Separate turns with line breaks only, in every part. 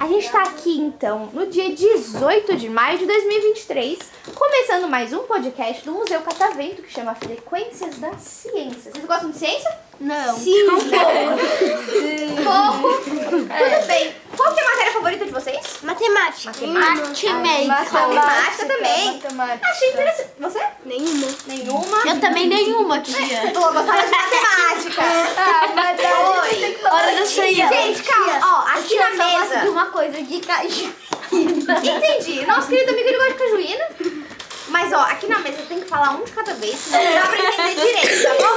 A gente tá aqui então no dia 18 de maio de 2023, começando mais um podcast do Museu Catavento que chama Frequências da Ciência. Vocês gostam de ciência?
Não.
Sim, um pouco. Pouco. Tudo bem. Qual que é a matéria favorita de vocês?
Matemática. É,
Matemática também. Achei interessante. Você?
Nenhuma.
Nenhuma?
Eu também nenhuma,
Você
tia.
falou gostava de matemática. ah, matemática.
Olha da ceia.
Gente, calma. Ó, aqui na mesa.
uma coisa é de caju.
Entendi. Nosso querido amigo ele gosta de cajuína. Mas ó, aqui na mesa tem que falar um de cada vez, senão não dá pra entender direito, tá bom?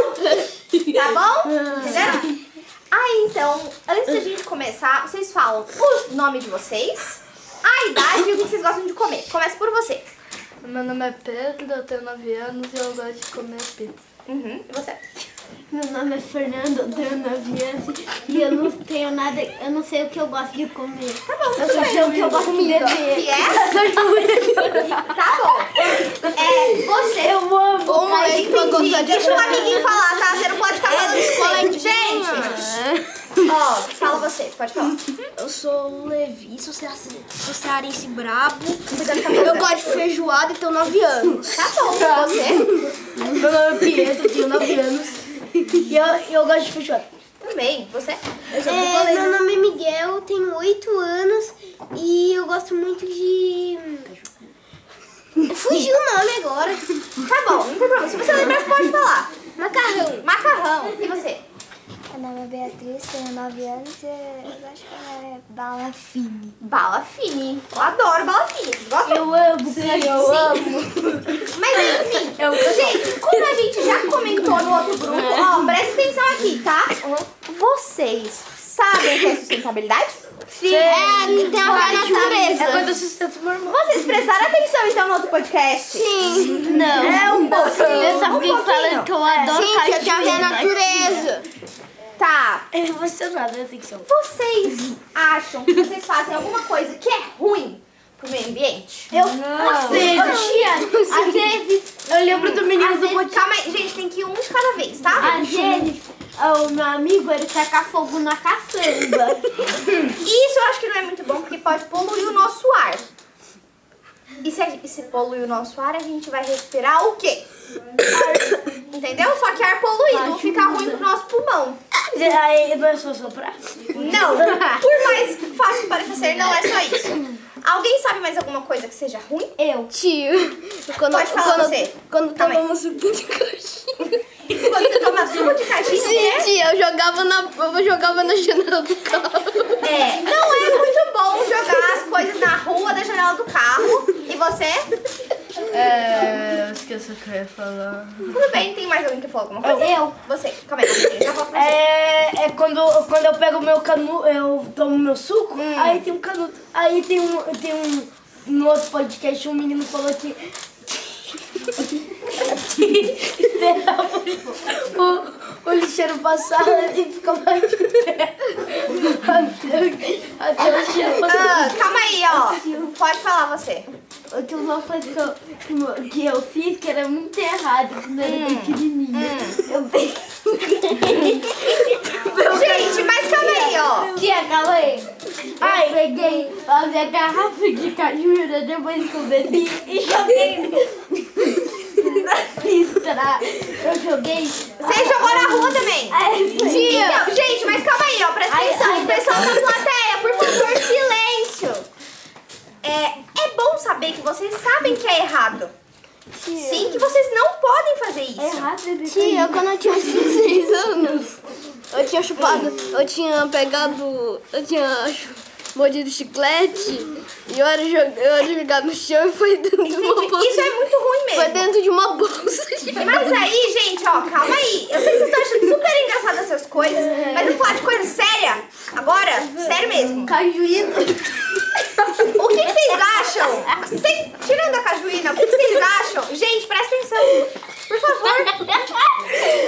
Tá bom?
Ah.
Entenderam? Aí então, antes da gente começar, vocês falam o nome de vocês, a idade e o que vocês gostam de comer. Começa por você.
Meu nome é Pedro, eu tenho 9 anos e eu gosto de comer pizza.
Uhum, e você?
Meu nome é Fernando, eu tenho 9 anos e eu não tenho nada, eu não sei o que eu gosto de comer. Tá bom, eu só sei o que eu gosto de
Que
beber.
é? Tá bom. É, você.
Eu amo.
Ô, mãe, Deixa o amiguinho falar, tá? Você não pode ficar falando de colete. Gente! Ó, fala você, pode falar.
Eu sou o Levi, sou cearense, sou cearense brabo.
Cuidado com a
Eu
mesa.
gosto de feijoada e tenho 9 anos.
então, Tá bom, você
Meu nome é Pietro, tenho 9 anos. E eu, eu gosto de feijoada.
também. Você?
É, meu nome é Miguel, eu tenho 8 anos e eu gosto muito de. Hum. Fugiu o nome agora.
Tá bom, não tem problema. Se você lembrar, você pode falar.
Macarrão.
Macarrão. E você?
Meu nome é Beatriz, tenho 9 anos e eu gosto de comer é bala fine.
Bala fine. Eu adoro bala fine. Vocês gostam?
Eu amo, Sim, eu amo.
Mas enfim, gente, como a gente já comentou no outro grupo,
É.
ó, presta atenção aqui, tá? Vocês sabem o que é sustentabilidade? Sim.
É, tem a ver na natureza.
É quando eu sustento meu irmão.
Vocês prestaram atenção então no outro podcast?
Sim. Não.
É um pouquinho.
Eu só fiquei
um
falando que
pouquinho.
eu adoro
Gente, eu
cajuína.
tenho a natureza.
Tá,
Eu vou emocionada, atenção.
Vocês acham que vocês fazem alguma coisa que é ruim pro meio ambiente? Eu
Não.
Tia, às vezes,
Eu lembro do menino do botinho.
Calma aí, gente, tem que ir um de cada vez, tá?
às vezes, o meu amigo, ele taca fogo na caçamba.
Isso eu acho que não é muito bom, porque pode poluir o nosso ar. E se, a gente- e se poluir o nosso ar, a gente vai respirar o quê? Entendeu? Só que ar poluído fica ruim pro nosso pulmão.
Aí não é só soprar?
Não, por mais fácil que pareça ser, não é só isso. Alguém sabe mais alguma coisa que seja ruim?
Eu.
Tio, quando,
Pode falar
quando,
você.
quando
Calma aí.
tomamos suco de caixinha.
Quando você toma suco de caixinha, né? o quê?
Tio, eu jogava na, eu jogava na janela do carro.
É, não é muito bom jogar as coisas na rua da janela do carro. E você?
É, eu esqueci o que eu ia falar.
Tudo bem, tem mais alguém que falou alguma coisa?
Eu.
Você, calma aí, eu já falo pra você.
É, é quando, quando eu pego meu canudo, eu tomo meu suco,
Hum.
aí tem um canudo. Aí tem um, tem um. No outro podcast, um menino falou que. que esperava o, o lixeiro passar e ficava de pé. Até, até o lixeiro passar.
Ah, calma aí, ó. Pode falar você.
Eu tenho uma coisa que eu, que eu- que eu fiz que era muito errada quando eu era pequenininha. Eu pensei.
Gente, mas calma aí, ó.
é,
Tia, calma aí. Eu peguei a minha garrafa de cajuína depois que eu bebi e joguei na pista. Eu joguei. É,
Você jogou na rua também.
Aí,
Então, gente, mas calma aí, ó. Presta
Ai,
atenção.
ai.
O pessoal da plateia, por favor, silêncio. É, é bom saber que vocês sabem que é errado. Sim, que vocês não podem fazer isso.
é? errado, bebi.
Tia, quando eu tinha 6 anos, eu tinha chupado, eu tinha pegado, eu tinha chu- mordido chiclete e eu era, jog- eu era jogado no chão e foi dentro de uma
Gente,
bolsa.
isso é muito ruim mesmo.
Foi dentro de uma bolsa.
Mas aí, gente, ó, calma aí. Eu sei que vocês estão achando super engraçado essas coisas, mas vamos falar de coisa séria agora? Sério mesmo.
Cajuína.
O que, que vocês acham? Sem- tirando a cajuína, o que, que vocês acham? Gente, presta atenção. Por favor. O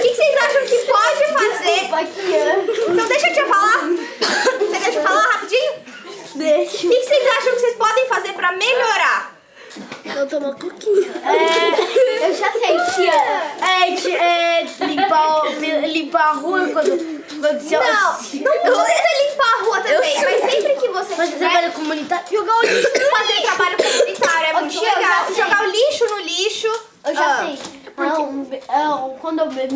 que, que vocês acham que pode fazer?
Paquiã.
Então deixa eu te falar. Você deixa eu falar rapidinho?
Deixa.
O que, que vocês acham que vocês podem fazer pra melhorar?
Eu tomo uma coquinha.
É, eu já sei, tia. É, tia, é limpar, o- limpar a rua quando. quando se
Não, não precisa limpar a rua também, mas sempre que você
Mas você
tiver,
trabalha comunitário?
jogar o lixo, fazer trabalho comunitário é muito
tia, eu já
legal.
sei.
Jogar o lixo no lixo.
Eu já
Ah.
sei. Ah, um, be- ah, um- quando eu bebo.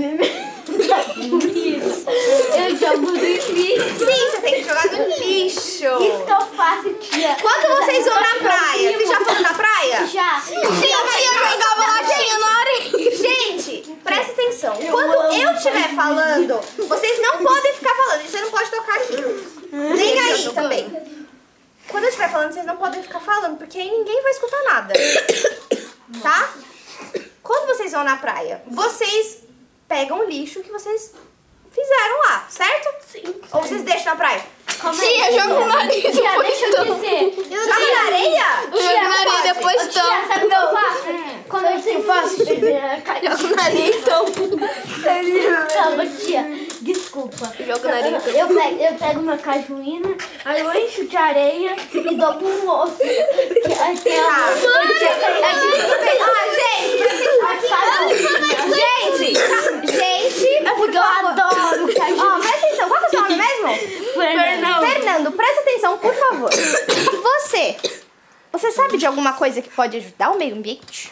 eu jogo no lixo.
Sim, você tem que jogar no
Isso
lixo.
que eu faço, tia.
Quando vocês vão na praia, vocês já foram na praia?
Já.
Gente, eu jogava latinha na areia. Gente, presta atenção. Quando eu estiver falando, vocês não podem ficar falando. Você não pode tocar aqui. Nem aí também. Quando eu estiver falando, vocês não podem ficar falando, porque aí ninguém vai escutar nada. Tá? Quando vocês vão na praia, vocês pegam o lixo que vocês fizeram lá, certo? Sim. Ou vocês deixam na praia?
Tia, joga o nariz
Tia,
depois
deixa eu
então.
toma.
dizer.
Joga na areia?
Joga o nariz depois
Tia,
toma.
sabe o que eu faço?
Hum.
Quando eu tenho faço,
Joga o nariz então. toma.
Calma, tia. Desculpa.
Joga o nariz então.
Eu, eu pego, eu pego uma cajuína, aí eu encho de areia e dou pro moço. Que, que é
Tá. Ah, gente,
é
Gente, tá- gente,
É porque eu adoro né?
ó,
cajuína.
presta atenção, qual que é o seu nome mesmo? Fernando, presta atenção, por favor. Você, você sabe de alguma coisa que pode ajudar o meio ambiente?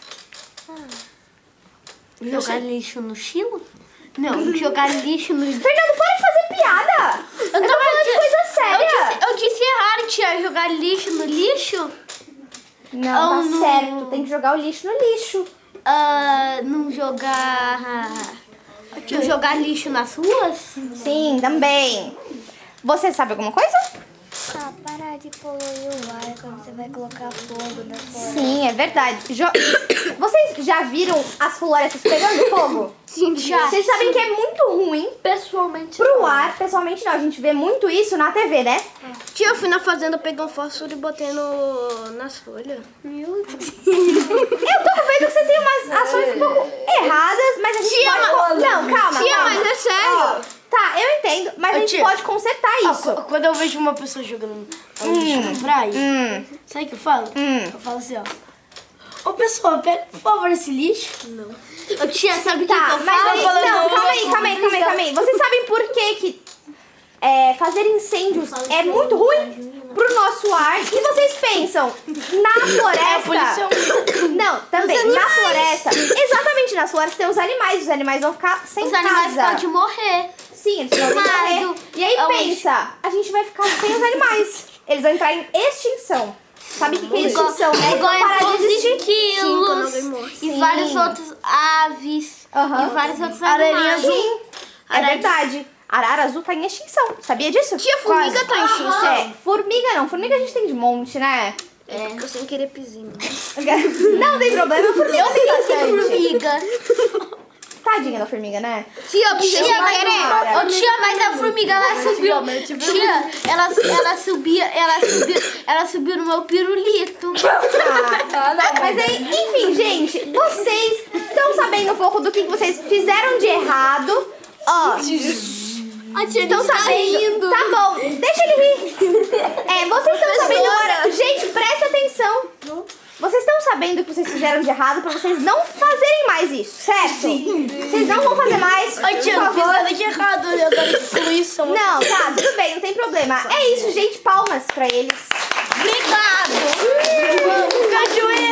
Jogar lixo no Chilo? Não, jogar lixo no...
Fernando, para de fazer piada!
Eu tô falando de
Coisa séria!
Eu disse errado, tia. Jogar lixo no lixo?
Não,
Eu não-
tá certo, tem que jogar o lixo no lixo.
Ah, não jogar... Não jogar lixo nas ruas?
Sim, também. Você sabe alguma coisa?
Ah, parar de poluir o ar quando você vai colocar fogo na floresta.
Sim, é verdade. Jo- Vocês já viram as florestas pegando fogo?
Sim,
Já.
Vocês sabem que é muito ruim
Pessoalmente,
pro ar, pessoalmente não. A gente vê muito isso na TV, né?
Tia, eu fui na fazenda pegar um fósforo e botei no... nas folhas.
Eu tô vendo que você tem umas ações um pouco erradas, mas a gente
Tia,
pode...
mas-
Não, calma,
Tia,
calma.
mas é sério.
Ó, tá, eu entendo, mas a
Ô,
gente
tia.
pode consertar isso.
Qu- Quando eu vejo uma pessoa jogando a lixo na praia, sabe o que eu falo? Eu falo assim, ó. Ô pessoa, pega por favor esse lixo. Não. Ô tia, sabe o que, que
Tá,
eu
mas
falo?
aí,
Eu falo,
não, calma aí, calma aí, calma aí, calma aí. Vocês sabem por que que é, fazer incêndios é muito ruim pro nosso ar? E vocês pensam, na
É
floresta... Tá. Não, também, na floresta, exatamente na floresta tem os animais, os animais vão ficar sem
Os
casa.
animais um podem morrer.
Sim, eles vão
Mas
morrer.
do-
E aí
é um-
pensa, a gente vai ficar sem os animais. Eles vão entrar em extinção. Sabe o que, que é extinção, né?
é
Eles vão
igual
parar de
a todos os
existir.
quilos
Sim.
e vários outros aves
Aham.
e vários outros
Ararinha
animais.
azul. É
Arara-
verdade. Arara azul tá em extinção. Sabia disso?
Tia, formiga tá em extinção?
É, formiga não. Formiga a gente tem de monte, né?
É. Porque eu sem querer pisinho.
Não tem problema, formiga tem bastante.
Formiga.
Tadinha da formiga, né?
Tia, tia,
Tia, mas,
querer.
Ô, tia, mas a formiga ela subiu. Tia, ela, ela subia, ela subiu, ela subiu no meu pirulito.
Então Ah, Mas aí, enfim, gente, vocês estão sabendo um pouco do que vocês fizeram de errado. Ó,
A tia
Estão sabendo? Tá bom, deixa ele rir. É, vocês estão sabendo. Gente, presta atenção. Vocês estão sabendo o que vocês fizeram de errado pra vocês não fazerem mais isso, certo? Vocês não vão fazer mais. por favor.
de errado, eu tô com isso.
Não, tá, tudo bem, não tem problema. É isso, gente. Palmas pra eles.
Obrigado. Cajueiro.